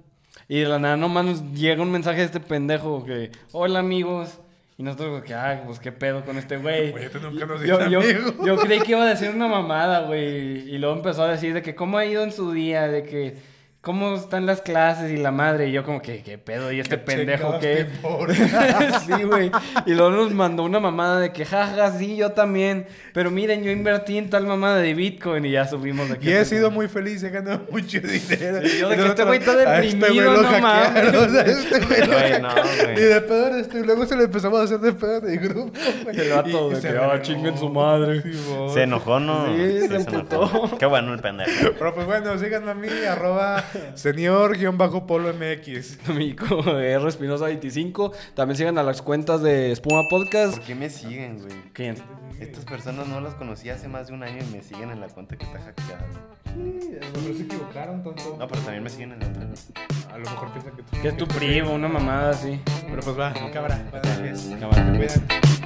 Y de la nada nomás nos llega un mensaje de este pendejo que, hola amigos. Y nosotros, que, ah, pues qué pedo con este güey.
Güey, tú nunca nos
Yo,
dices
yo-
amigo.
yo creí que iba a decir una mamada, güey. Y luego empezó a decir de que cómo ha ido en su día, de que cómo están las clases y la madre. Y yo como que, ¿qué pedo? ¿Y este pendejo
Chingados,
qué?
te importa.
sí, güey. Y luego nos mandó una mamada de que, jaja, sí, yo también. Pero miren, yo invertí en tal mamada de Bitcoin y ya subimos de
Y he sido muy feliz, he ganado mucho dinero.
Sí, yo de
Y
que
el
este
otro,
güey está
"A
deprimido,
lo
no
hackearon,
mames".
a este güey lo
Güey, no,
hackearon.
güey.
Y de peor esto, y luego se le empezamos a hacer de pedo de grupo, güey.
El vato
Y- y
de
se
que, "Ah,
reveló,
chinguen su madre".
Simón.
Se enojó, ¿no?
Sí, se emputó.
enojó. Qué bueno el pendejo.
Pero pues bueno, síganme a mí, arroba señor-polo MX.
Amigo de R. Espinosa 25. También sigan a las cuentas de Espuma Podcast.
¿Por qué me siguen, güey?
¿Quién?
Estas personas no las conocí hace más de un año y me siguen en la cuenta que está hackeada. güey.
Pero se equivocaron, tonto.
No, pero también me siguen en la otra.
pues,
A lo mejor piensan que tú.
Que es tu primo, una mamada así.
Pero pues va, cámara. Buenas noches.
Cámara,
Cuídate.